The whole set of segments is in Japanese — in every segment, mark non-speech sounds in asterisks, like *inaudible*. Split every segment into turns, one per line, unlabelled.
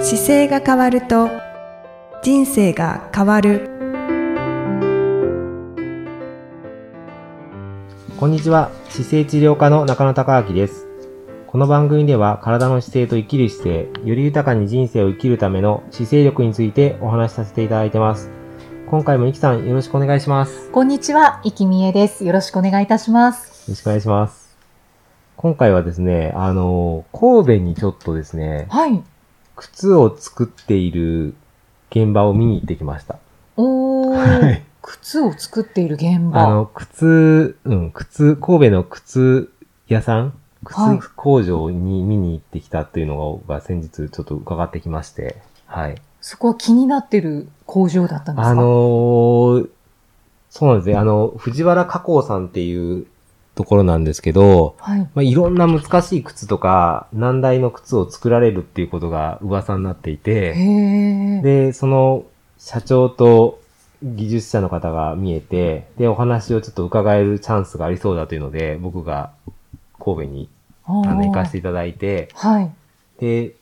姿勢が変わると人生が変わる
こんにちは。姿勢治療科の中野隆明です。この番組では体の姿勢と生きる姿勢、より豊かに人生を生きるための姿勢力についてお話しさせていただいてます。今回もイキさんよろしくお願いします。よ
こんにちは、いきみえです。よろしくお願いいたします。
ろしくお願いします。今回はですね、あの、神戸にちょっとですね、
はい。
靴を作っている現場を見に行ってきました。
おー、
はい
靴を作っている現
あ
場。
の、靴、うん、靴、神戸の靴屋さん
はい
靴工場に見に行ってきたっていうのが、先日ちょっと伺ってきまして。はい。
そこは気になってる工場だったんですか
あのーそうなんですね。あの、藤原加工さんっていうところなんですけど、
はい。
まあ、いろんな難しい靴とか、難題の靴を作られるっていうことが噂になってい
へ
て、
ー。
で、その社長と技術者の方が見えて、で、お話をちょっと伺えるチャンスがありそうだというので、僕が神戸に
あー
あの行かせていただいて、
はい。
で、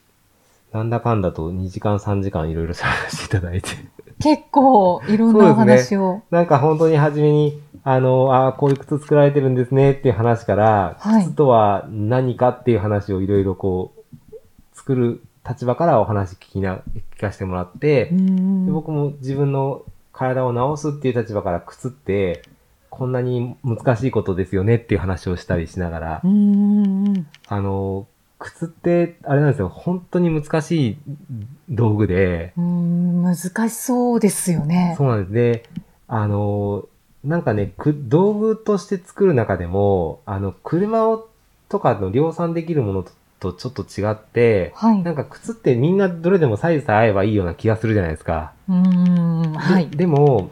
なんだかんだと2時間3時間いろいろ喋していただいて、 *laughs*
結構、いろんなお話を。
なんか本当に初めに、あの、あーこういう靴作られてるんですねっていう話から、
はい
靴とは何かっていう話をいろいろこう、作る立場からお話聞きな、聞かせてもらって、
うーん
で僕も自分の体を治すっていう立場から靴って、こんなに難しいことですよねっていう話をしたりしながら
う、ーん。
あの、靴って、あれなんですよ、本当に難しい道具で、
うーん難しそうですよね。
そうなんですね。あの、なんかね、く道具として作る中でも、あの、車をとかの量産できるものととちょっと違って、
はい。
なん
う
か靴ってみんなどれでもサイズさえ合えばいいような気がするじゃないですか。
ーん。はい。
ででも、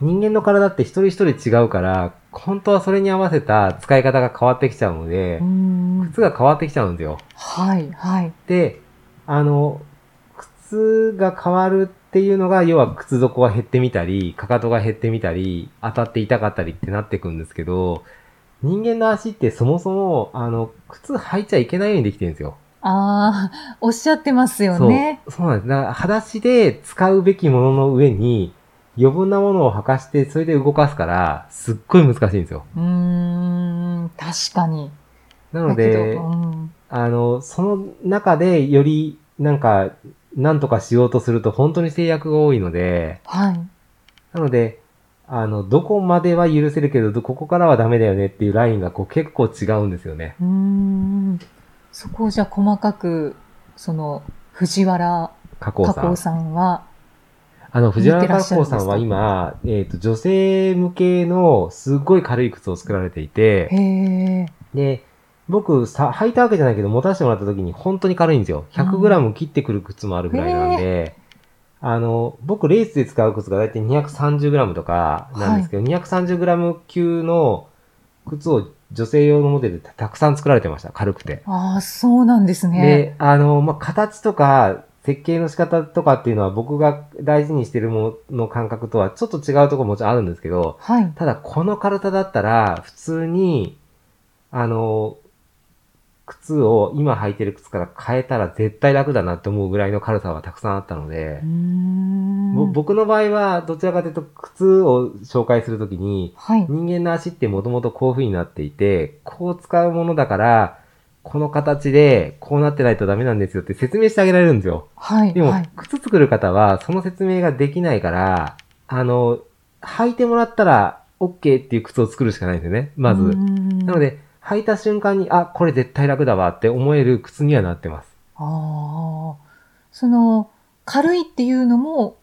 人間の体って一人一人違うから、本当はそれに合わせた使い方が変わってきちゃうので
うー、ん。
靴が変わってきちゃうんですよ。
はい。はい。
で、あの、靴が変わるっていうのが、要は靴底が減ってみたり、かかとが減ってみたり、当たって痛かったりってなってくんですけど、人間の足ってそもそも、あの、靴履いちゃいけないようにできてるんですよ。
ああ、おっしゃってますよね。
そう。そうなんです。だから、裸足で使うべきものの上に、余分なものを履かして、それで動かすから、すっごい難しいんですよ。
うーん。確かに。
な
だ
の
け
で、
ど、うん
あの、その中でより、なんか、なんとかしようとすると本当に制約が多いので、
はい。
なので、あの、どこまでは許せるけど、どここからはダメだよねっていうラインがこう結構違うんですよね。
うーんそこをじゃあ細かく、その、藤原
加工
加
さん
工。さんは、
あの、藤原加工さんは
見て
今、えっ、と、女性向けのすっごい軽い靴を作られていて
へ、え、
で、僕さ、履いたわけじゃないけど、持たせてもらった時に本当に軽いんですよ。100g 切ってくる靴もあるぐらいなんで、あの、僕レースで使う靴がだいたい 230g とかなんですけど、230g 級の靴を女性用のモデルでたたくさん作られてました。軽くて。
ああ、そうなんですね。
で、あの、まあ、形とか、設計の仕方とかっていうのは僕が大事にしてるものの感覚とはちょっと違うところももちろんあるんですけど、
はい。
ただこの体だったら普通に、あの、靴を今履いてる靴から変えたら絶対楽だなって思うぐらいの軽さはたくさんあったので
うー、ん
ぼ僕の場合はどちらかというと靴を紹介するときに、
はい。
人間の足ってもともとこういう風になっていて、こう使うものだから、この形でこうなってないとダメなんですよって説明してあげられるんですよ。
はい。
でも、
はい。
靴作る方はその説明ができないから、あの、履いてもらったら OK っていう靴を作るしかないんですよね、まず。な
な
の、で、履いた瞬間に、あ、これ絶対楽だわって思える靴にはなってます。
ああ、その、軽いっていうのも、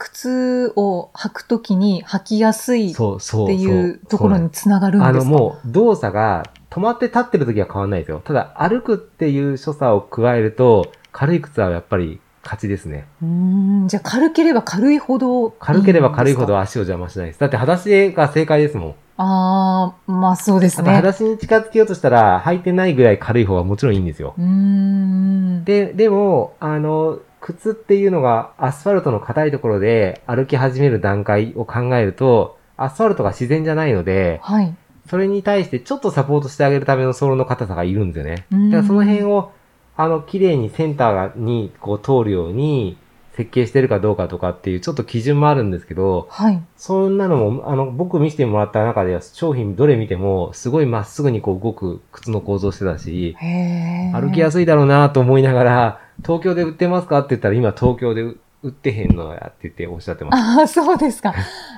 靴を履くときに履きやすいっ
そう、そう、
てい
そ
う
う
ところにつながるんです
あ
か
の、もう、動作が、止まって立ってる時は変わんないですよ。ただ、歩くっていう所作を加えると、軽い靴はやっぱり勝ちですね。
うーんじゃあ軽ければ軽いほどいいんですか
軽ければ軽いほど足を邪魔しないです。だって、裸足が正解ですもん。
ああ、まあそうです
あと、
ね。
裸足に近づけようとしたら、履いてないぐらい軽い方がもちろんいいんですよ。
うーん。
で、でも、あの、靴っていうのがアスファルトの硬いところで歩き始める段階を考えると、アスファルトが自然じゃないので、
はい。
それに対してちょっとサポートしてあげるためのソールの硬さがいるんですよね。
うん
だからその辺を、あの、綺麗にセンターがにこう通るように設計してるかどうかとかっていうちょっと基準もあるんですけど、
はい。
そんなのも、あの、僕見せてもらった中では商品どれ見てもすごいまっすぐにこう動く靴の構造してたし、
へえ。
歩きや
す
すいだろうなと思いながら、東京で売ってますかって言ったら今東京で売ってへんのやって言っておっしゃってました。
ああ、そうですか。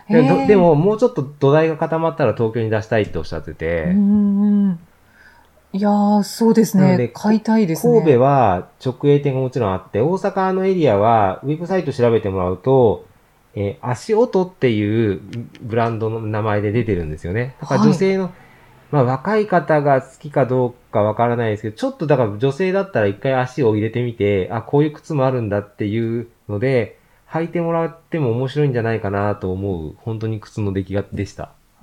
へ
で
え
どで、ももうちょっと土台が固まったら東京に出したいっておっしゃって
う
て、
んうん。いやー、そうです
なので
ね。買いたいですね。
神戸は直営店がもちろんあって、大阪のエリアはウェブサイト調べてもらうと、えー足音っていうブランドの名前で出てるんですよね。だから女性の、まあ若い方が好きかどうかわからないですけど、ちょっとだから女性だったら一回足を入れてみて、あ、こういう靴もあるんだっていうので、履いてもらっても面白いんじゃないかなと思う、本当に靴の出来がでした。
あ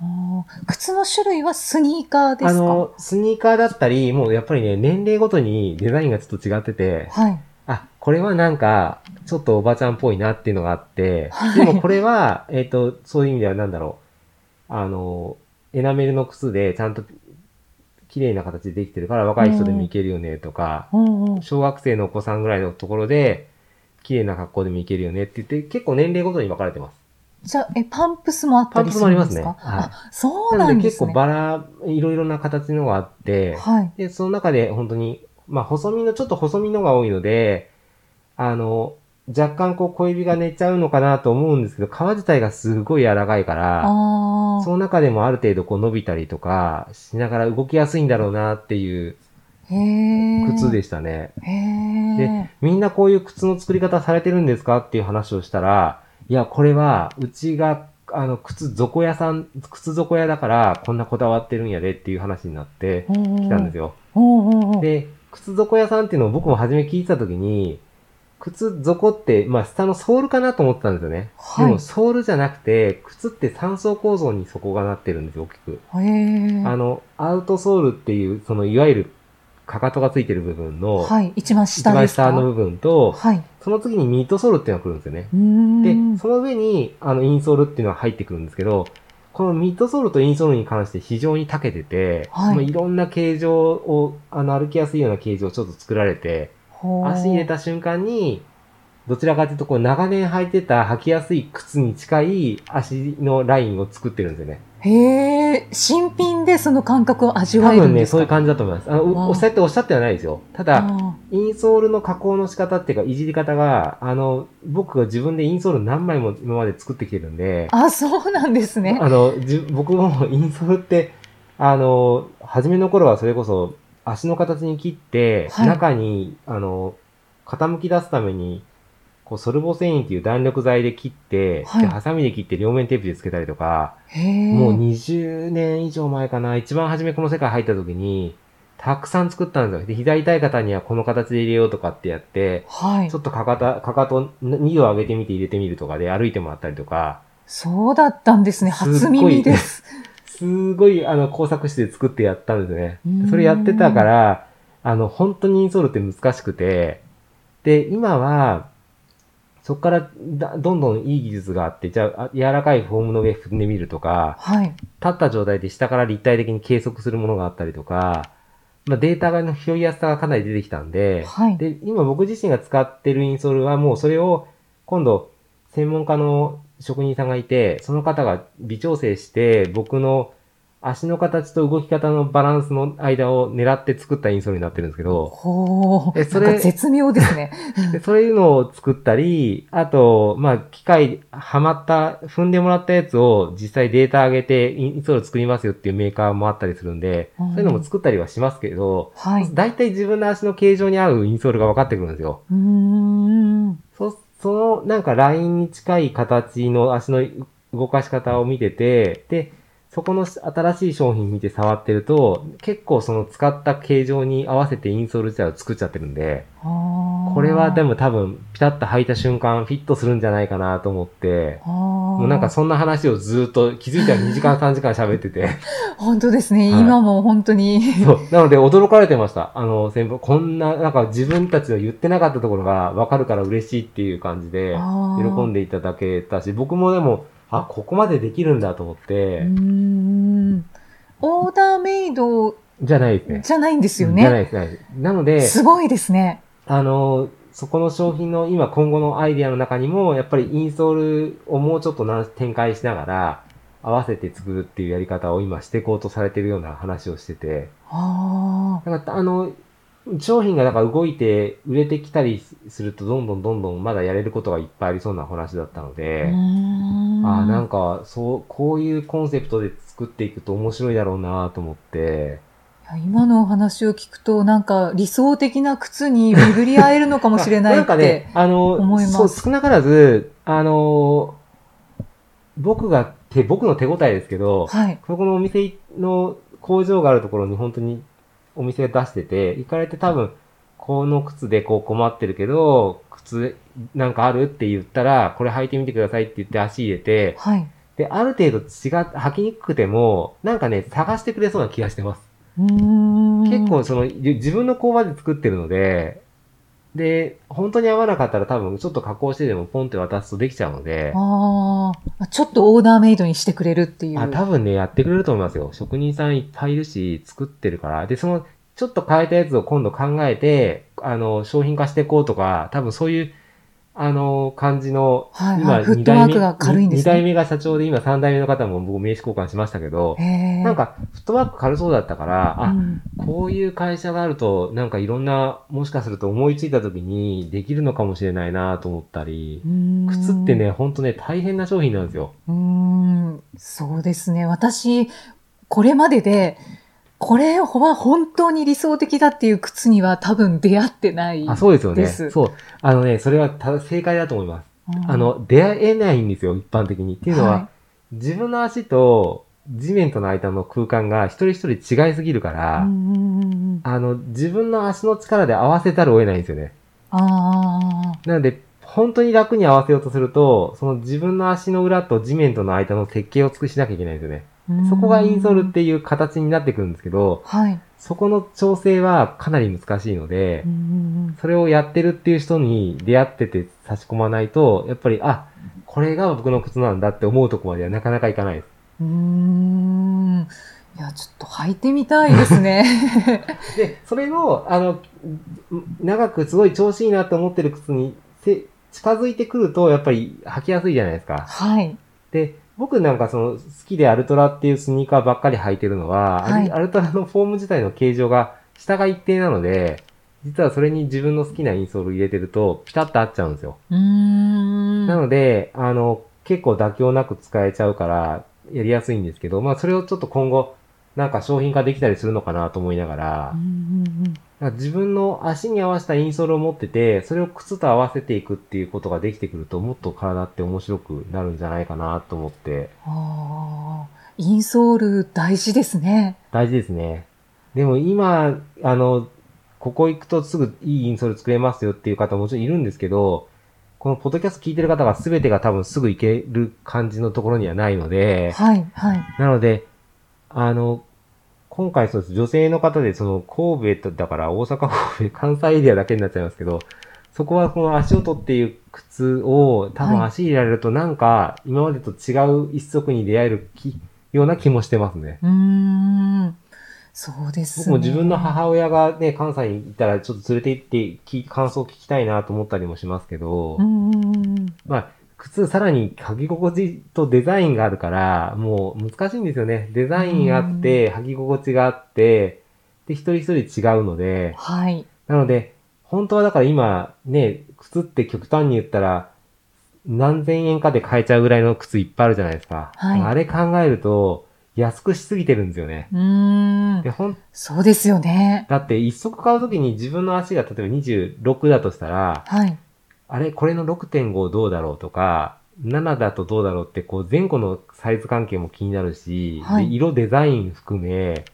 ー靴の種類はスニーカーです
あ
か
の、スニーカーだったり、もうやっぱりね、年齢ごとにデザインがちょっと違ってて、
はい。
あ、これはなんか、ちょっとおばちゃんっぽいなっていうのがあって、
はい
でもこれは、えっ、と、そういう意味ではなんだろう。あの、エナメルの靴でちゃんと綺麗な形でできてるから若い人でもいけるよねとか、
うんうん。
小学生のお子さんぐらいのところで、綺麗な格好でもいけるよねって言って、結構年齢ごとに分かれてます。
じゃあ、え、パンプスもあったり
パンプ
す
スもあり
るんで
ます
す
ね
か
はい
あ、そうな
の
ん
で
で
結
す
構
ね。
バラ、いろいろな形のがあって、
はい。
で、その中で本当に、まあ、細身の、ちょっと細身のが多いので、あの、若干こう小指が寝ちゃうのかなと思うんですけど、皮自体がすごい柔らかいか
あ
ら、
あ
その中でもある程度こう伸びたりとかしながら動きやすいんだろうなっていう
ー。へえ。
靴でしたね。
へえ
で。みんなこういう靴の作り方されてるんですかっていう話をしたら、いや、これはうちが、あの、靴底屋さん、靴底屋だからこんなこだわってるんやでっていう話になって
来
きたんですよ。
おうおうおう
で、靴底屋さんっていうのを僕も初め聞いてたときに、靴底って、まあ下のソールかなと思ってたんですよね。
はい
でもソールじゃなくて、靴って3層構造に底がなってるんですよ、大きく。
へえ。
あの、アウトソールっていう、そのいわゆるかかとがついてる部分の、
はい。一番
一
下
番
ですか
下の部分と、
はい。
その次にミッドソールっていうのが来るんですよね。
うーん。
で、その上に、あの、インソールっていうのが入ってくるんですけど、このミッドソールとインソールに関して非常に長けてて、
はい
もういろんな形状を、あの、歩きやすいような形状をちょっと作られて、
ほう
足入れた瞬間に、どちらかというと、こう、長年履いてた履きやすい靴に近い足のラインを作ってるんですよね。
へえ、新品でその感覚を味
多
わえる
分
ん
ね、
です
そう
か
いう感じだと思います。あの、
あー
おおっしゃっておっしゃってはないですよ。ただ、
あ
インソールの加工の仕方っていうか、いじり方が、あの、僕が自分でインソール何枚も今まで作ってきてるんで
ー、あ、そうなんですね。
あの、じ僕もインソールって、あの、初めの頃はそれこそ足の形に切って、
はい
中に、あの、傾き出すために、こう、ソルボ繊維っていう弾力剤で切って、
はい
でハサミで切って両面テープでつけたりとか、
へえ。
もう20年以上前かな、一番初めこの世界入った時に、たくさん作ったんですよ。で、膝痛い方にはこの形で入れようとかってやって、
はい
ちょ。っとかかた、かかと2度上げてみて入れてみるとかで歩いてもらったりとか、
そうだったんですね。
すっごい
初耳です。
すごい、あの、工作室で作ってやったんですね
うーん。
それやってたから、あの、本当にインソールって難しくて、で、今は、そこからだどんどんいい技術があって、じゃあ、あ柔らかいフォームの上踏んでみるとか、 *laughs*
はい。
立った状態で下から立体的に計測するものがあったりとか、まあ、データの拾いやすさがかなり出てきたんで、
はい。
で、今僕自身が使ってるインソールはもうそれを今度専門家の職人さんがいて、その方が微調整して僕の足の形と動き方のバランスの間を狙って作ったインソールになってるんですけど、
ほう。
えそれ
なんか絶妙ですね。
でそういうのを作ったり、あと、まあ、機械、はまった、踏んでもらったやつを実際データ上げてインソール作りますよっていうメーカーもあったりするんで、
うん
そういうのも作ったりはしますけど、
はい。う
大体自分の足の形状に合うインソールが分かってくるんですよ。
ーん。
そ、その、なんかラインに近い形の足の動かし方を見てて、で、そこの新しい商品見て触ってると、結構その使った形状に合わせてインソール自体を作っちゃってるんで、こ
こ
れはでも多分ピタッと履いた瞬間フィットするんじゃないかなと思って、
も
もうなんかそんな話をずっと気づいたら2時間3時間喋ってて、
本当ですね。
はい
今も本当に。
そう。なので驚かれてました。あの、先輩、こんな、なんか自分たちの言ってなかったところが分かるから嬉しいっていう感じで、
喜
喜んでいただけたし、僕もでも、あ、ここまでできるんだと思って、
うーんオーダーメイド
じゃないですね。
じゃないんですよ
じゃな
ね。
いです、じゃないです。なので、
すごいですね。
あの、そこの商品の今今後のアイディアの中にも、やっぱりインソールをもうちょっとな展開しながら、合わせて作るっていうやり方を今していこうとされてるような話をしてて、
あ
だからあの、商品がだから動いて売れてきたりすると、どんどんどんどんまだやれることがいっぱいありそうな話だったの
あ。
で、あ
あ
あ、なん
か。
か、そう、こういうコンセプトで作っていくと面白いだろうなと思って、
いや今のお話を聞くと、なんか理想的な靴に巡り合えるのかもし
*laughs*
れないって。
んかね、あ
思い
の、
ます
そう、少なからず、あの、僕が、て僕の手応えですけど、
はい。
そこのお店の工場があるところに本当にお店が出してて、行かれて多分、この靴でこう困ってるけど、靴なんかあるって言ったら、これ履いてみてくださいって言って足入れて、
はい。
で、ある程度違っ、履きにくくても、なんかね、探してくれそうな気がしてます。
うーん
結構その、ゆ自分の工場で作ってるので、で、本当に合わなかったら多分ちょっと加工してでもポンって渡すとできちゃうので、
ああ、ちょっとオーダーメイドにしてくれるっていう。
あ、多分ね、やってくれると思いますよ。職人さんいっぱいいるし、作ってるから。で、その、ちょっと変えたやつを今度考えて、あの、商品化していこうとか、多分そういう、あの、感じの、
はいはい。フッ
二
ト
代
ワ
目
ークが軽いんで
二
す
代
ね。
目が社長で、今三代目の方も僕名刺交換しましたけど、
へー
なん、か、フットワーク軽そうだったから、あ
う、ん
こういう会社があると、なんかいろんな、もしかすると思いついた時にできるのかもしれないなと思ったり、靴って。ね、ほんとね、大変な商品なんですよ。
うーんうーん、そうですね。私、これまでで、これは本当に理想的だっていう靴には多分出会ってない。
あ、そうですよね。
です
そう。あのね、それはた正解だと思います。
うん
あ、の、出会えないんですよ、一般的に。っていうのは、
は
自分の足と地面との間の空間が一人一人違いすぎるか
い。
ら、
うんうんうんうん
あの、自分の足の力で合わせざるを得ないんですよね。
あ
なので、本当に楽に合わせようとすると、その自分の足の裏と地面との間の設計を尽くしなきゃいけないんですよね。
ー
そこがインソールっ。
うーん
ていう形になってくるんですけど、
はい。
そこの調整はかなり難しいので
う、んうんうん
それをやってるっていう人に出会ってて差し込まないと、やっぱり、あ、これが僕の靴なんだって思うとこまではなかなかいかないです。
うーん。いや、ちょっと履いてみたいで
*laughs*
すね。
で、それの、あの、長くすごい調子いいなって思ってる靴にせ近づいてくると、やっぱり履きやすいじゃないですか。
はい。
で、僕なんかその好きでアルトラっていうスニーカーばっかり履いてるのは、アル
はい
アルトラのフォーム自体の形状が下が一定なので、実はそれに自分の好きなインソール入れてると、ピタッと合っちゃうんですよ。
うーん。
なので、あの、結構妥協なく使えちゃうから、やりやすいんですけど、まあそれをちょっと今後、なんか商品化できたりするのかなと思いながら
う、んうんうん
なんか自分の足に合わせたインソールを持ってて、それを靴と合わせていくっていうことができてくると、もっと体って面白くなるんじゃないかなと思って、
ああ、インソール大事ですね。
大事ですね。でも今、あの、ここ行くとすぐいいインソール作れますよっていう方ももちろんいるんですけど、このポッドキャスト聞いてる方が全てが多分すぐ行ける感じのところにはないので、
はい、はい。
なので、あの、今回そうです。女性の方で、その、神戸だから、大阪、神戸、関西エリアだけになっちゃいますけど、そこはこの足音っていう靴を、多分
はい
足入れられると、なんか、今までと違う一足に出会えるきような気もしてますね。
うーん。そうです、ね。
僕も自分の母親がね、関西にいたら、ちょっと連れて行ってき、感想を聞きたいなと思ったりもしますけど、
うんうんうん。
まあ、靴さらに履き心地とデザインがあるから、もう難しいんですよね。デザインあって、履き心地があって、で、一人一人違うので、
はい。
なので、本当はだから今、ね、靴って極端に言ったら、何千円かで買えちゃうぐらいの靴いっぱいあるじゃないですか。
はい
あれ考えると、安くしすぎてるんですよね。
うーん
で、。ほん、
そうですよね。
だって一足買うときに自分の足が例えば26だとしたら、
はい。
あれ、これの6.5どうだろうとか、7だとどうだろうって、こう、前後のサイズ関係も気になるし、
はい
で色、デザイン含め、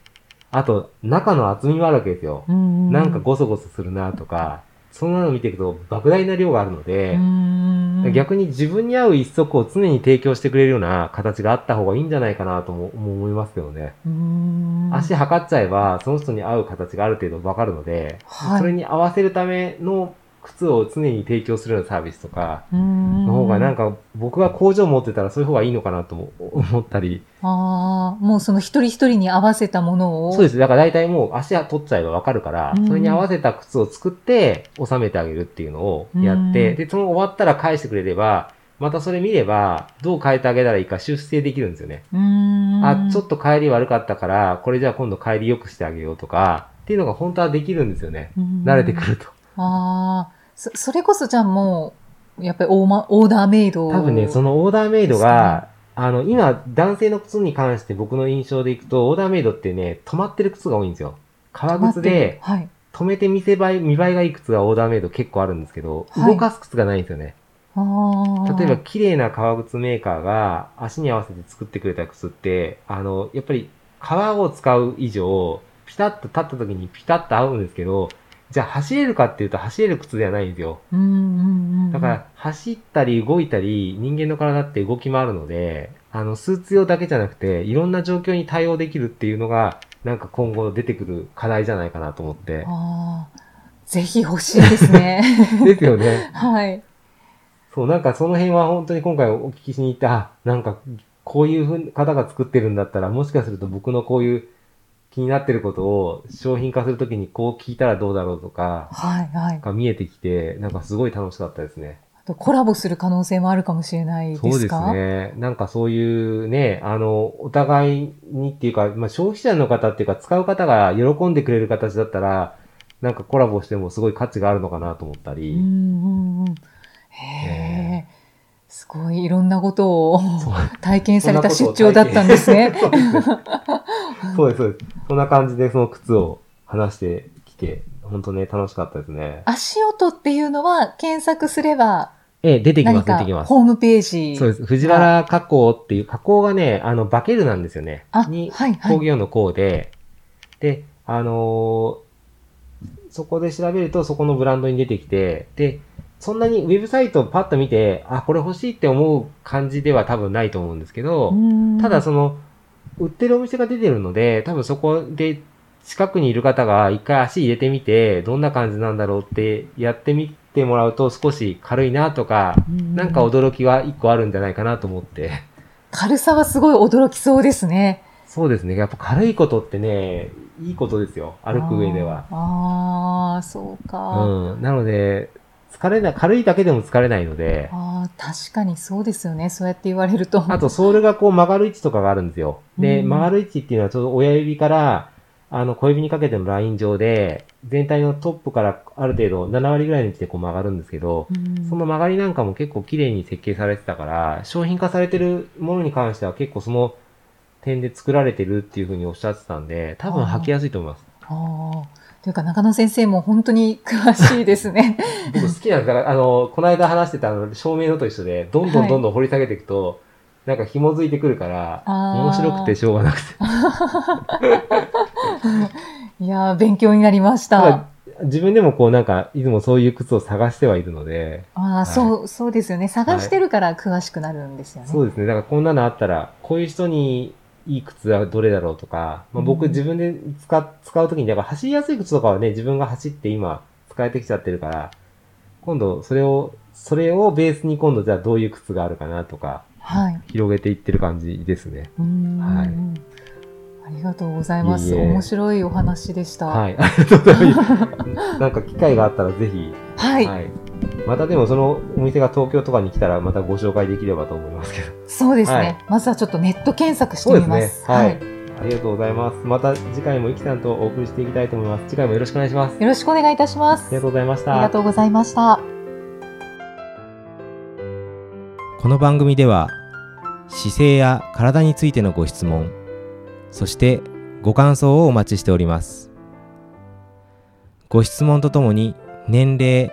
あと、中の厚みもあるわけですよ。
うんう
なんかゴソゴソするなとか、そんなの見ていくと、莫大な量があるので、
うん。
逆に自分に合う一足を常に提供してくれるような形があった方がいいんじゃないかなともも思いますけどね。
うーん。
足測っちゃえば、その人に合う形がある程度わかるので、
はい
それに合わせるための靴を常に提供するようなサービスとか、
の
の方がなん
か。
か僕が工場持ってたらそういう方がいいのかなとも *laughs* 思ったり。
ああ、もうその一人一人に合わせたものを。
そうです。だから大体もう足は取っちゃえばわかるから
う、ん
それに合わせた靴を作って収めてあげるっていうのをやっ
う
て、
ん
で、その終わったら返してくれれば、またそれ見れば、どう変えてあげたらいいか修正できるんですよね。
うーん。
あ、ちょっと帰り悪かったから、これじゃあ今度帰り良くしてあげようとか、っていうのが本当はできるんですよね。
うん
慣れてくると。
ああ、そ、それこそじゃあもう、やっぱりオー,、ま、オーダーメイド。
多分ね、そ
の、
のオーダーメイド
そ
が、あの、今、男性の靴に関して僕の印象でいくと、オーダーメイドってね、止まってる靴が多いんですよ。革靴で、
はい。
止めて見せ栄え、見栄えがいい靴がオーダーメイド結構あるんですけど、
はい
動かす靴がないんですよね。
あー
例えば、、綺麗な革靴メーカーが足に合わせて作ってくれた靴って、あの、やっぱり革を使う以上、ピタッと立った時にピタッと合うんですけど、じゃあ走れるかっていうと走れる靴ではないんですよ。
うんうんうん。
だから、走ったり動いたり、人間の体って動き回るので、あの、スーツ用だけじゃなくて、いろんな状況に対応できるっていうのが、なんか今後出てくる課題じゃないかなと思って。
ああ、ぜひ欲しいです *laughs* ね。
ですよね。
はい。
そう、なんかその辺は本当に今回お聞きしに行って、あ、なんかこういうふう方が作ってるんだったら、もしかすると僕のこういう気になってることを商品化するときにこう聞いたらどうだろうとか、
はい、はい。
が見えてきて、なんかすごい楽しかったですね。
あとコラボする可能性もあるかもしれないですか
そうです。ね。なんかそういうね、あの、お互いにっていうか、まあ、消費者の方っていうか、使う方が喜んでくれる形だったら、なんかコラボしてもすごい価値があるのかなと思った
うん
り。
うんうん。へえ。すごいいろんなことを体験された
そん
出
なことを
張だったんですね。
そうですね。そうです、そうです。そんな感じでその靴を話してきて、本当ね、楽しかったですね。
足音っていうのは検索すれば
ええ、出てきま
何
す、出
か
てきます。
ホームページ。
そうです。藤原加工っていう、加工がね、あの、バケルなんですよね。
あ、はい
に、
は
工
い。
業の工で、で、あのーそこで調べるとそこのブランドに出てきて、で、そんなにウェブサイトをパッと見て、あ、これ欲しいって思う感じでは多分ないと思うんですけど、
うん
ただその、売ってるお店が出てるので、多分そこで近くにいる方が一回足入れてみて、どんな感じなんだろうってやってみてもらうと少し軽いなとか、なんか驚きは一個あるんじゃないかなと思って。
軽さはすごい驚きそうですね。
そうですね。やっぱ軽いことってね、いいことですよ。歩く上では。
あーあー、そうか。
うん。なので、疲れない、軽いだけでも疲れないので、
ああ、確かにそうですよね。そうやって言われると。
あと、ソールがこう曲がる位置とかがあるんですよ。で、
うん
曲がる位置っていうのはちょうど親指から、あの、小指にかけてのライン上で、全体のトップからある程度7割ぐらいの位置でこう曲がるんですけど、
うん
その曲がりなんかも結構綺麗に設計されてたから、商品化されてるものに関しては結構その点で作られてるっていうふうにおっしゃってたんで、多分履きやすいと思います。
ああ。というか、中野先生も本当に詳しいです
*laughs*
ね。
僕好きなんですから、あの、この間話してたあの照明のと一緒で、どんどんどんどん掘り下げていくと、なんか紐づいてくるから、
あー
面白くてしょうがなくて。
いやー、勉強になりましたた。
だ自分でもこうなんか、いつもそういう靴を探してはいるので、
ああ、
い
そう、そうですよね。探してるから詳しくなるんですよね。
そうですね。だからこんなのあったら、こういう人にいい靴はどれだろうとか、まあ、
う
僕
ん
自分で使っ使うときに、だから走りやすい靴とかはね、自分が走って今使えてきちゃってるから、今度それを、それをベースに今度じゃあどういう靴があるかなとか、
はい。
広げていってる感じですね。
うーん、
はい
ありがとうございます。
いいえ
面白いお話でした。
はい、 *laughs* ありがとうございます。なんか機会があったらぜひ、
はい。
またでもそのお店が東京とかに来たらまたご紹介できればと思いますけど。 *laughs*
そうですね、
はい
まずはちょっとネット検索してみます。
はい。ありがとうございます。また次回もイキさんとお送りしていきたいと思います。次回もよろしくお願いします。
よろしくお願いいたしま
あ
す。
りがとうございまし
あり
た
が。とうございました。
この番組では姿勢や体についてのご質問そしてご感想をお待ちしておりますご質問とともに年齢